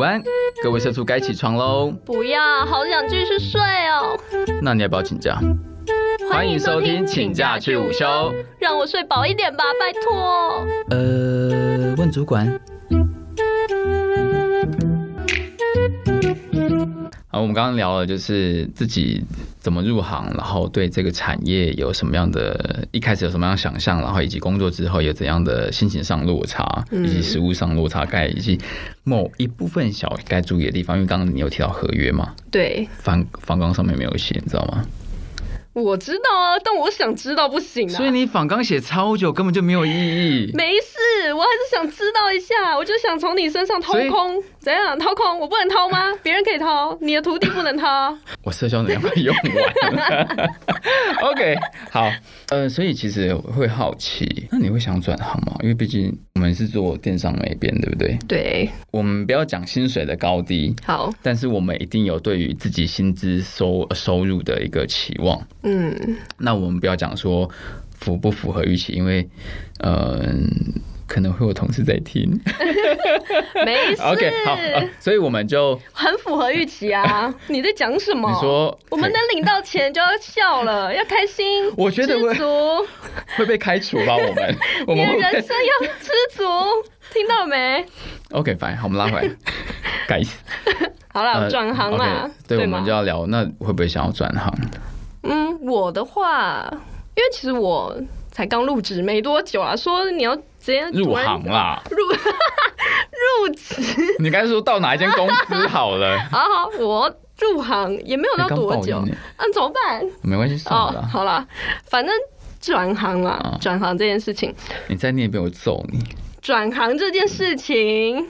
安，各位社畜该起床喽！不要，好想继续睡哦。那你要不要请假？欢迎收听请假去午休，让我睡饱一点吧，拜托。呃，问主管。好，我们刚刚聊了，就是自己怎么入行，然后对这个产业有什么样的，一开始有什么样的想象，然后以及工作之后有怎样的心情上落差，以及实物上落差概，以及某一部分小该注意的地方。因为刚刚你有提到合约嘛，对，反反纲上面没有写，你知道吗？我知道啊，但我想知道不行啊。所以你反纲写超久，根本就没有意义。没事，我还是想知道一下，我就想从你身上掏所以空，怎样掏空？我不能 掏吗？别人可以掏，你的徒弟不能掏。我社交能量快用完了。OK，好，呃，所以其实会好奇，那你会想转行吗？因为毕竟我们是做电商那边，对不对？对，我们不要讲薪水的高低，好，但是我们一定有对于自己薪资收呃收入的一个期望。嗯，那我们不要讲说符不符合预期，因为，呃。可能会有同事在听没事，OK，好、呃所以我们就很符合预期 啊。你在讲什么？你说我们能领到钱就要笑了，要开心，我觉得我知足，会被开除吧？我 们我你们的会被人生要知足，听到了没？ OK，反正好，我们拉 回来，该死， 好啦，我转行啦 o k，对，我吗们就要聊，那会不会想要转行？嗯，我的话，因为其实我才刚入职没多久啊，说你要直接入行啦，入 入职，你刚才说到哪一间公司好了？好好，我入行也没有到多哎久，你刚抱怨呢啊，怎么办？ 没关系，算了哦，啦，好啦，反正转行啊啦，转、行这件事情，你再念一遍我揍你。转行这件事情。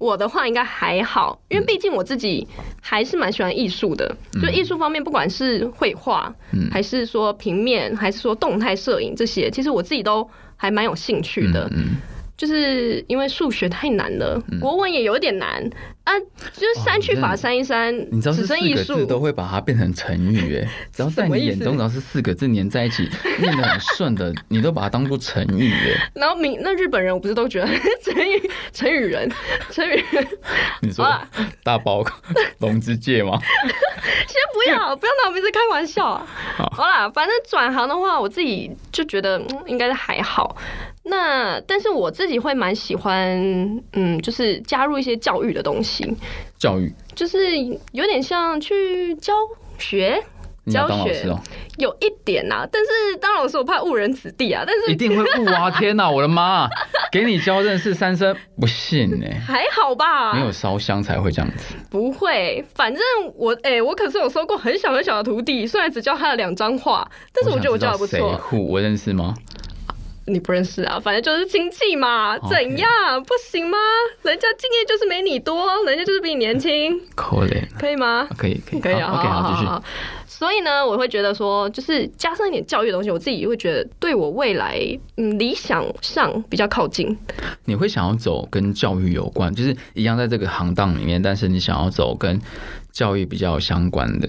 我的话应该还好，因为毕竟我自己还是蛮喜欢艺术的，就艺术方面，不管是绘画，嗯还是说平面，还是说动态摄影这些，其实我自己都还蛮有兴趣的。嗯，就是因为数学太难了，国文也有点难啊，哦就是删去法删一删，你知道只这四剩艺个字都术。会把它变成成语 哎，只要在什么你意思眼中，只要是四个字粘在一 起，念得很顺的，你都把它当做成语哎。然后明那日本人我不是都觉得 成语成语人成语人，你说啊大包 龙之介吗？先不要不要拿我名字开玩笑啊！好好啦，反正转行的话，我自己就觉得、嗯应该是还好。那但是我自己会蛮喜欢，嗯，就是加入一些教育的东西，教育，就是有点像去教学。你要当教老学师哦，有一点呐、但是当老师我怕误人子弟啊，但 一是定会误啊！天哪，我的妈！给你教认识三生，不信哎。还好吧，没有烧香才会这样子。不会，反正我哎、我可是有收过很小很小的徒弟，虽然只教他了两张画，但是我觉得我教的不想知道谁啊错。护我认识吗？你不认识啊，反正就是亲戚嘛 OK 怎样不行吗？人家经验就是没你多，人家就是比你年轻，可怜，可以吗？可以可以，可以啊， OK，好好，继续。好。所以呢，我会觉得说，就是加上一点教育的东西，我自己会觉得对我未来嗯理想上比较靠近。你会想要走跟教育有关，就是一样在这个行当里面，但是你想要走跟教育比较相关的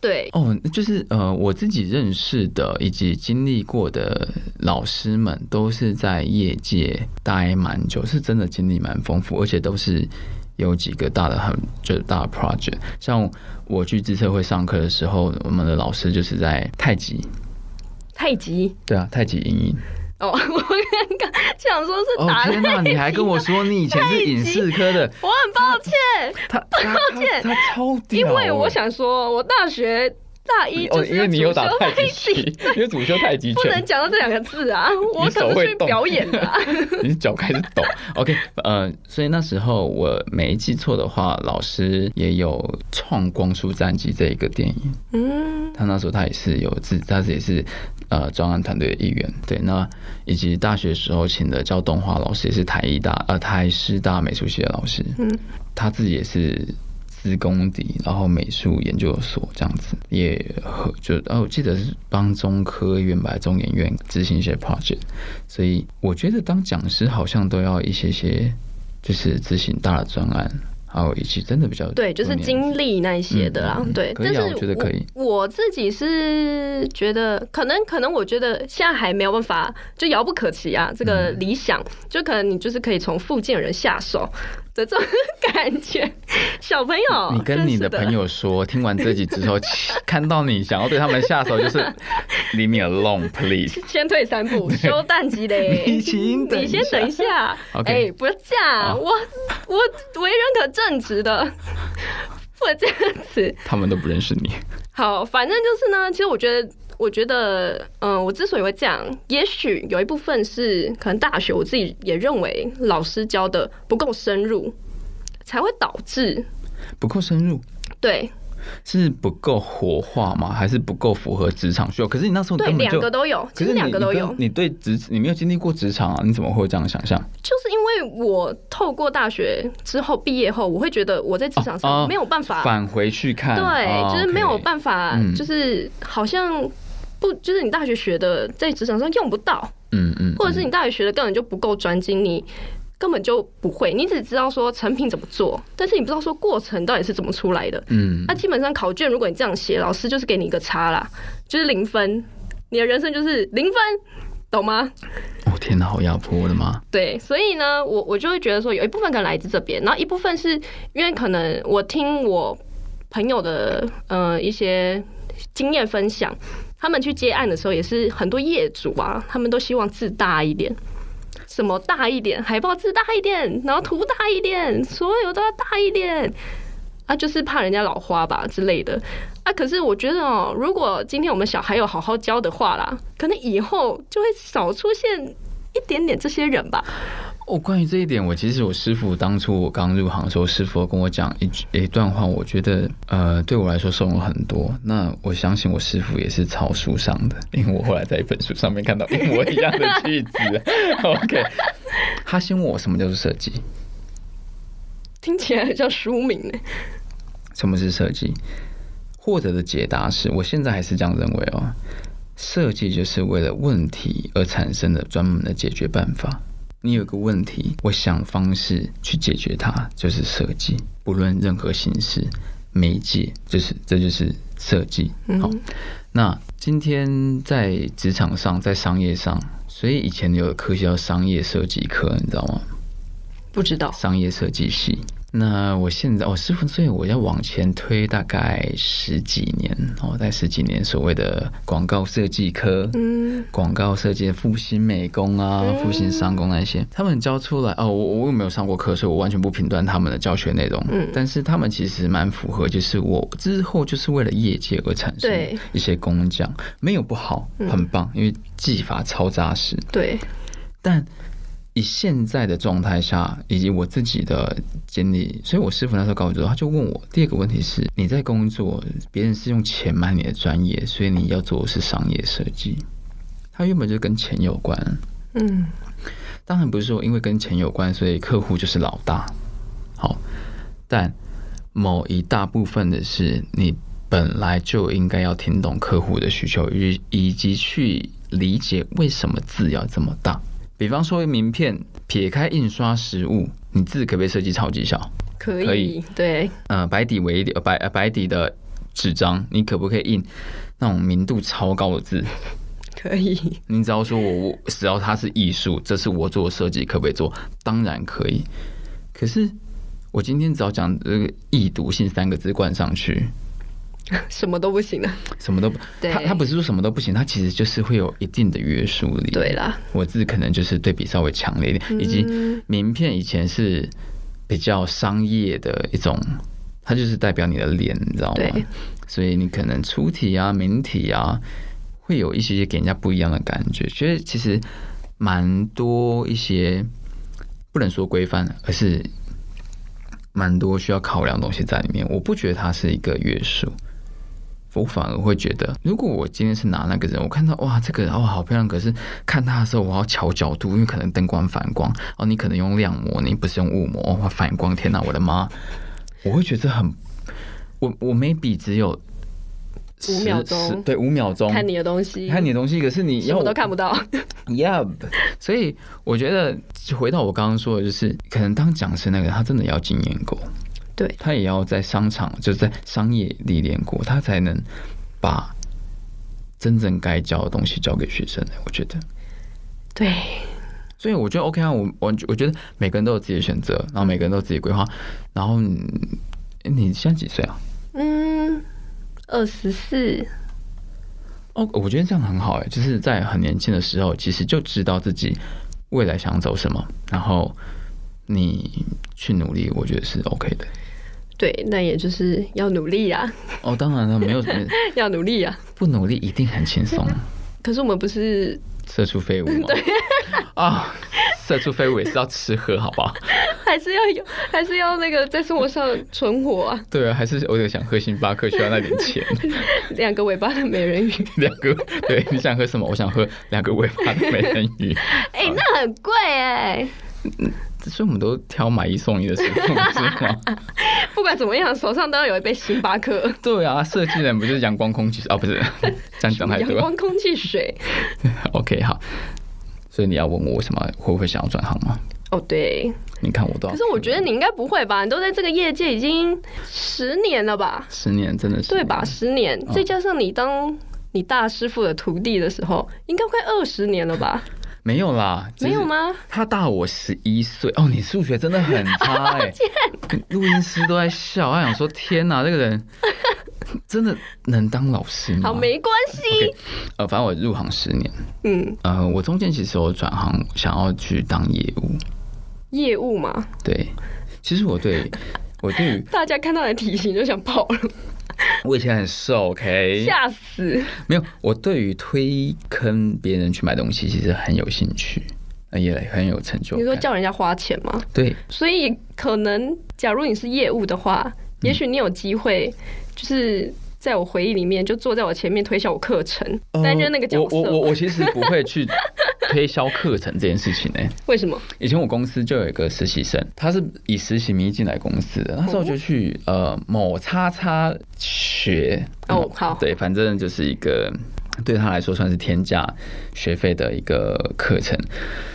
对，哦，就是呃，我自己认识的以及经历过的老师们，都是在业界待蛮久，是真的经历蛮丰富，而且都是。有几个大的很就是大的 project，像我去自测会上课的时候，我们的老师就是在太极，太极对啊，太极阴影。哦，我刚刚想说是哦打太天哪，你还跟我说你以前是影视科的？我很抱歉，他他他他超屌因欸！为我想说，我大学大一就哦，是因为你有打主修太极太拳，因为主修太极 不能拳，讲到这两个字啊， 我手可会是去动表演的、啊。 你脚开始抖。OK，呃，所以那时候我没记错的话，老师也有创《光速战记》这一个电影， 嗯，他那时候他也是有自，他也是呃专案团队的一员。对，那以及大学时候请的教动画老师，也是台艺大呃台师大美术系的老师，嗯，他自己也是。资工底，然后美术研究所这样子，也和就哦，我记得是帮中科院吧，中研院执行一些 project，所以我觉得当讲师好像都要一些些，就是执行大的专案，还有一起真的比较对，就是多年经历那一些的啦。嗯嗯嗯对，可以但啊是我觉得可以我自己是觉得，可能可能，我觉得现在还没有办嗯法，就遥不可及啊。这个理想，就可能你就是可以从附近的人下手。的这种感觉。 小朋友，你跟你的真哦是朋友说，听完这集之 后，看到你想要对他们下手，就是 leave me alone please。 先退三步，休蛋鸡嘞。你请等一你先等一下。 OK 哎、不要这样，好我我为人可正直的， 不能这样子。他们都不认识你。好，反正就是呢，其实我觉得。我觉得，嗯、我之所以会这样，也许有一部分是可能大学我自己也认为老师教的不够深入，才会导致不够深入，对是不够活化吗？还是不够符合职场需要？可是你那时候对根本两就个，都有，可其是实你两个都有你。跟你对职，你没有经历过职场啊，你怎么会有这样的想象？就是因为我透过大学之后毕业后，我会觉得我在职场哦上没有办法，返回去看，啊啊对，就是没有法。办法，嗯就是好像不，就是你大学学的在职场上用不到，嗯嗯，或者是你大学学的根本就不够专精，你根本就不会，你只知道说成品怎么做，但是你不知道说过程到底是怎么出来的。嗯那、基本上考卷如果你这样写，老师就是给你一个叉啦，就是零分，你的人生就是零分，懂吗？哦天哪，好压迫，我的妈！对，所以呢，我我就会觉得说，有一部分可能来自这边，然后一部分是因为可能我听我朋友的呃一些经验分享，他们去接案的时候，也是很多业主啊，他们都希望字大一点，什么大一点，海报字大一点，然后图大一点，所有都要大一点，啊，就是怕人家老花吧之类的。啊，可是我觉得哦，如果今天我们小孩有好好教的话啦，可能以后就会少出现一点点这些人吧。哦，关于这一点，我其实我师傅当初我刚入行的时候，师傅有跟我讲一句一段话，我觉得呃对我来说受用很多。那我相信我师傅也是抄书上的，因为我后来在一本书上面看到一模一样的句子。OK，他先问我什么叫做设计，听起来很像书名呢。什么是设计，获得的解答是我现在还是这样认为哦，设计就是为了问题而产生的专门的解决办法。你有个问题，我想方式去解决它，就是设计。不论任何形式、媒介，就是这就是设计。嗯好，那今天在职场上，在商业上，所以以前有个科系叫商业设计课，你知道吗？不知道，商业设计系。那我现在，我、哦、师傅，所以我要往前推大概十几年，哦，在十几年所谓的广告设计科，嗯，广告设计的复兴美工啊、复兴商工那些，他们教出来哦，我我又没有上过课，所以我完全不评断他们的教学内容。嗯，但是他们其实蛮符合，就是我之后就是为了业界而产生对嗯一些工匠，没有不好，很棒，因为技法超扎实。对，但以现在的状态下，以及我自己的经历，所以我师傅那时候告诉我，啊他就问我第二个问题是：你在工作，别人是用钱买你的专业，所以你要做的是商业设计，它原本就跟钱有关。嗯，当然不是说因为跟钱有关，所以客户就是老大。好，但某一大部分的是你本来就应该要听懂客户的需求，以以及去理解为什么字要这么大。比方说名片，撇开印刷实物，你字可不可以设计超级小？可以，可以对，呃，白底为底，呃白呃白底的纸张，你可不可以印那种明度超高的字？可以， 你只要说我我只要它是艺术，这是我做的设计，可不可以做？当然可以。可是我今天只要讲这个易读性三个字冠上去，什么都不行啊了。什么都不，对它它不是说什么都不行，它其实就是会有一定的约束力。对啦，我字可能就是对比稍微强烈一点，以及名片以前是比较商业的一种，它就是代表你的脸，你知道吗对？所以你可能粗体啊、明体啊，会有一些给人家不一样的感觉。所以其实蛮多一些不能说规范，而是蛮多需要考量的东西在里面。我不觉得它是一个约束。我反而会觉得，如果我今天是拿那个人，我看到哇，这个人哦好漂亮，可是看他的时候我要调角度，因为可能灯光反光哦，你可能用亮膜，你不是用雾膜，哦反光，天哪，我的妈！我会觉得很，我我 maybe 只有五10秒钟10对，五秒钟看你的东西，看你的东西，可是你什要么都看不到。 Yeah，所以我觉得就回到我刚刚说的，就是可能当讲师那个人，他真的要经验过，对他也要在商场，就是在商业历练过，他才能把真正该教的东西教给学生的。我觉得， 对，所以我觉得 OK 啊，我我我觉得每个人都有自己的选择，然后每个人都有自己规划，然后你诶你现在几岁啊？嗯，二十四，哦，我觉得这样很好哎，就是在很年轻的时候，其实就知道自己未来想走什么，然后你去努力，我觉得是 OK 的。对，那也就是要努力呀、哦，当然了，没 有 要努力呀、不努力一定很轻松，可是我们不是射出飞舞嘛。啊、射出飞舞也是要吃喝，好不好？ 还是要有，还是要那个在生活上存活啊？对啊，还是我有想喝星巴克，需要那点钱。 两个尾巴的美人鱼，两个，对，你想喝什么？我想喝两个尾巴的美人鱼。 哎、那很贵哎、所以我们都挑买一送一的食物，是吗？不管怎么样，手上都要有一杯星巴克。对啊，设计人不就是阳光空气啊？不 是，这样讲太阳多了。光、空 气、水。 OK，好。所以你要问我为什么会不会想要转行吗？哦，对。你看我都要可是我觉得你应该不会吧？你都在这个业界已经十年了吧？十年真的是对吧？？十年，嗯再加上你当你大师傅的徒弟的时候，应该快二十年了吧？没有啦，没有？吗？他大我十一岁哦，你数学真的很 差哎、录音师都在笑，他想说天哪，这个 人真的能当老师吗？好，没关系。 OK，呃，反正我入行十年，嗯，呃，我中间其实有转行，想要去当业务。业务嘛，对，其实我对我对于大家看到你的体型就想跑了，我以前很瘦，OK，吓死！没有，我对于推坑别人去买东西其实很有兴趣，呃也很有成就你感。说叫人家花钱吗？对，所以可能，假如你是业务的话，也许你有机会，就是在我回忆里面，就坐在我前面推销我课程，但就是那个角色，呃我我我我其实不会去推销课程这件事情呢、为什么？以前我公司就有一个实习生，他是以实习名义进来公司的，那时候就去呃某叉叉学哦嗯好对，反正就是一个对他来说算是天价学费的一个课程。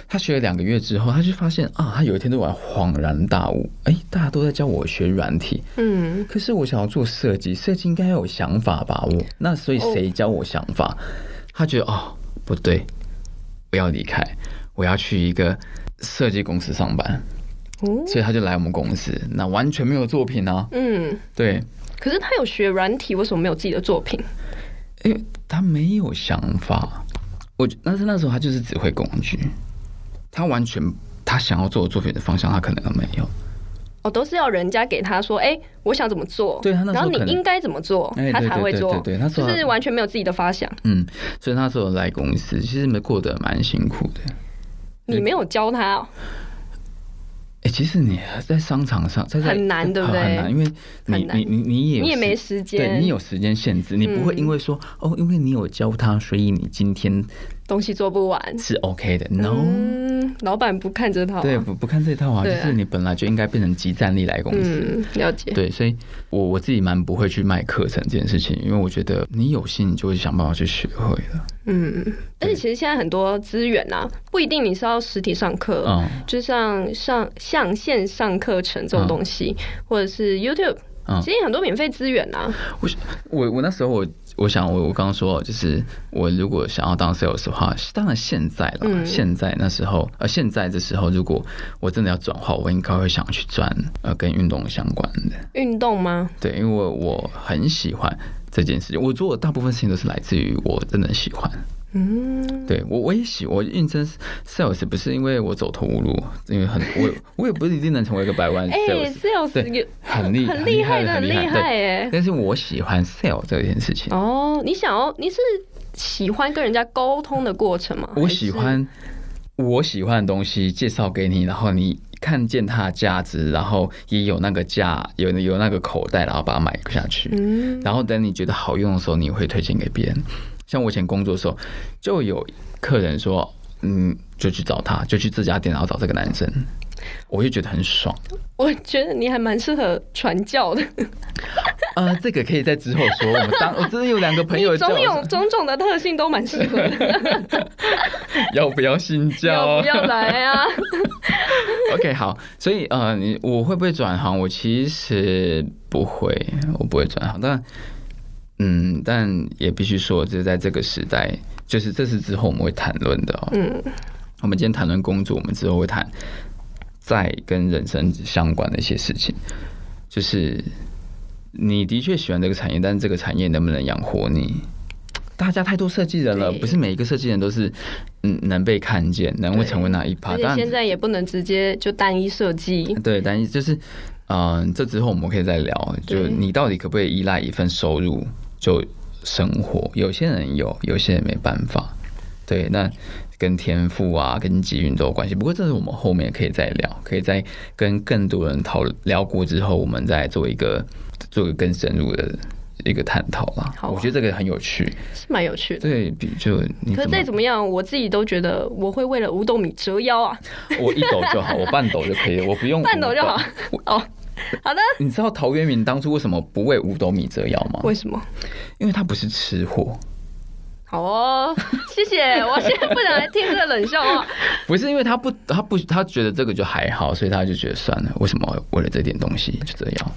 他学了两个月之后，他就发现啊，他有一天突然恍然大悟，哎、大家都在教我学软体，嗯，可是我想要做设计，设计应该要有想法吧？我那所以谁教我想法？他觉得哦不对，我要离开，我要去一个设计公司上班，哦，所以他就来我们公司，那完全没有作品啊。嗯，对，可是他有学软体，为什么没有自己的作品？因为他没有想法。我但是那时候他就是只会工具，他完全他想要做的作品的方向他可能都没有。哦，都是要人家给他说，哎、我想怎么做，对他那时然候后可能你应该怎么做，哎他才会做，对对对对对他说就他是完全没有自己的发想，嗯，所以那时候来公司其实没过得蛮辛苦的。你没有教他、哦，哎、其实你在商场上，在在啊很难对不对很难，因为你很难你你你也有你也没时时对间，嗯你有时间限制，你不会因为说、哦，因为你有教他，所以你今天东西做不完，是 OK 的。No，、嗯，老板不看这套、啊，对，不不看这套啊，就对啊是你本来就应该变成集战力来公司。嗯，了解，对，所以我我自己蛮不会去卖课程这件事情，因为我觉得你有心，你就会想办法去学会了。嗯，而且其实现在很多资源啊，不一定你是要实体上课，嗯就像上像线上课程嗯这种东西，或者是 YouTube，、嗯其实很多免费资源啊。我我我那时候我我想我我刚刚说哦就是我如果想要当 sales 的话，当然现在啦，嗯现在那时候呃现在这时候如果我真的要转化，我应该会想去转呃跟运动相关的，运动吗？对，因为我我很喜欢这件事情，我做的大部分事情都是来自于我真的喜欢。嗯，对我我也喜我认真 sales 不是因为我走投无路，因为很我我也不是一定能成为一个百万哎 sales，、 ，sales 对也，很厉很厉害的，很很厉厉害对害哎。但是我喜欢 sale 这件事情。哦，你想要你是喜欢跟人家沟通的过程吗？我还是喜。欢我喜欢的东西介绍给你，然后你看见它的价值，然后也有那个价，有有那个口袋，然后把它买下去。嗯，然后等你觉得好用的时候，你会推荐给别人。像我以前工作的时候，就有客人说，嗯，就去找他，就去这家店，然后找这个男生，我就觉得很爽。 我觉得你还蛮适合传教的，呃，这个可以在之后说。我们当我真的有两个 朋友 你叫种我种种种的特性都蛮适合的，要不要信 教？要不要 来啊？ OK，好，所以呃，你我会不会转行？我其实不会，我不会转行，但嗯，但也必须说，就是在这个时代，就是这是之后我们会谈论的、哦。嗯，我们今天谈论工作，我们之后会谈在跟人生相关的一些事情，就是你的确喜欢这个产业，但是这个产业能不能养活你？大家太多设计人了，对不是每一个设计人都是嗯能被看见，能够成为那一趴。而且当现然，在也不能直接就单一设 计，对，但是就是嗯、呃这之后我们可以再聊，就对你到底可不可以依赖一份收入就生活？有些人有，有些人没办法。对，那跟天赋啊，跟机运都有关系。不过这是我们后面可以再聊，可以再跟更多人讨论聊过之后，我们再做一个做一个更深入的一个探讨啦。好啊我觉得这个很有趣。是蛮有趣的。对，比就你可是怎再么怎么样，我自己都觉得我会为了五斗米折腰啊，我一抖就好，我半抖就可 以了，我不用半五斗就好。哦，好的。你知道陶渊明当初为什么不为五斗米折腰吗？为什么？因为他不是吃货，好哦，谢谢。我现在不想来听这个冷笑话。不是因为他不，他不，他觉得这个就还好，所以他就觉得算了，为什么为了这点东西就这样？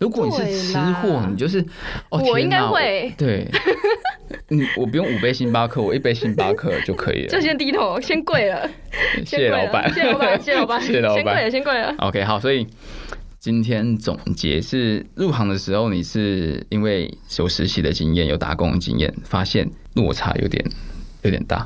如果你是吃对货啦，你就是哦，我天应该哪会对。 你我不用五杯星巴克，我一杯星巴克就可以了。 就先低头，先跪了，谢先谢跪了老板，谢谢老板，谢谢老 板，谢谢老先跪了，板。先跪了。 OK，好，所以今天总结是，入行的时候你是因为有实习的经验，有打工的经验，发现落差有点有点大，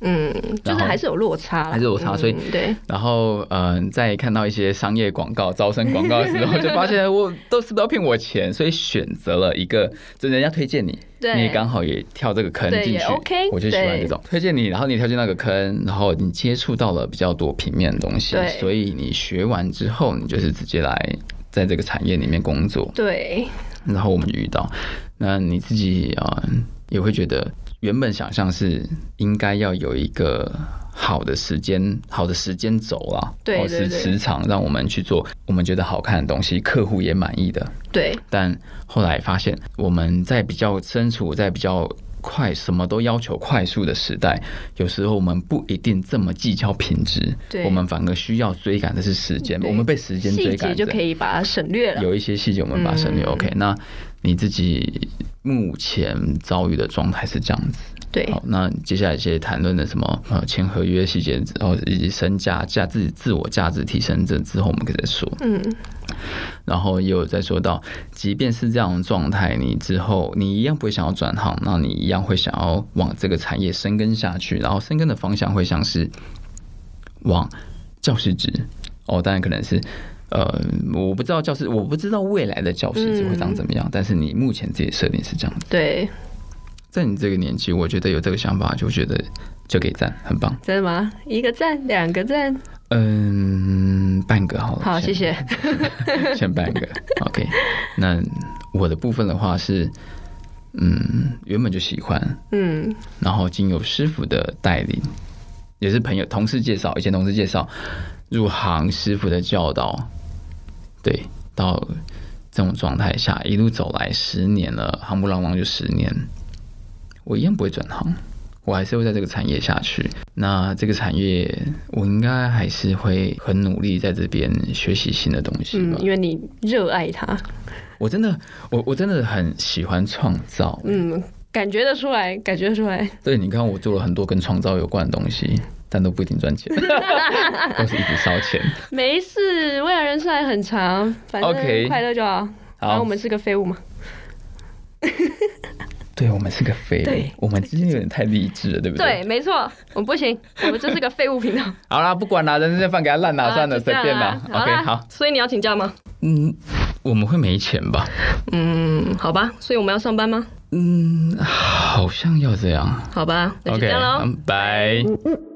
嗯，就然是后还是有落差啦，还是有落差所以嗯对，然后嗯、呃在看到一些商业广告、招生广告的时候，就发现哎我都是不要骗我钱，所以选择了一个，就人家推荐你，对你也刚好也跳这个坑对进也去 OK，我就喜欢对这种推荐你，然后你跳进那个坑，然后你接触到了比较多平面的东西对，所以你学完之后，你就是直接来。在这个产业里面工作，对，然后我们就遇到，那你自己啊、呃也会觉得原本想象是应该要有一个好的时间、好的时间轴啊啦，对好对时对时长，让我们去做我们觉得好看的东西，客户也满意的。对，但后来发现，我们在比较身处在比较快什么都要求快速的时代，有时候我们不一定这么计较品质对，我们反而需要追赶的是时间，对我们被时间追细赶节着，就可以把它省略了。有一些细节我们把它省略。嗯 OK，那你自己目前遭遇的状态是这样子。对，好，那接下来一些谈论的什么呃签合约细节，然后以及身价价自己自我价值提升这之后，我们可以再说。嗯，然后也有在说到，即便是这样的状态，你之后你一样不会想要转行，那你一样会想要往这个产业深耕下去，然后深耕的方向会像是往教师职哦，当然可能是。呃，我不知道教师，我不知道未来的教师职会长怎么嗯样，但是你目前自己的设定是这样子，对，在你这个年纪，我觉得有这个想法，就觉得就给赞，很棒。真的吗？一个赞，两个赞，嗯，半个好了，好，先谢谢。先办一个。OK，那我的部分的话是，嗯，原本就喜欢，嗯，然后经由师傅的带领，也是朋友、同事介绍，以前同事介绍入行，师傅的教导，对，到这种状态下一路走来十年了，夯不啷啷就十年，我一样不会转行。我还是会在这个产业下去。那这个产业，我应该还是会很努力在这边学习新的东西吧。嗯，因为你热爱它，我真的，我我真的很喜欢创造。嗯，感觉得出来，感觉得出来，对，你看我做了很多跟创造有关的东西，但都不一定赚 钱，都是一直烧钱。没事，未来人生还很长，反正 OK 快乐就好。然后好我们是个废物嘛，对我们是个废对物，我们今天有点太励志了，对不对，？没错，我们不行，我们就是个废物 频道。好啦，不管啦，人生饭给他烂啦，啊算了，就这随样便啦啦。啦 OK，好，所以你要请假吗？嗯，我们会没钱吧？嗯，好吧，所以我们要上班吗？嗯，好像要这样。好吧，那就 OK，这样喽。嗯拜。嗯嗯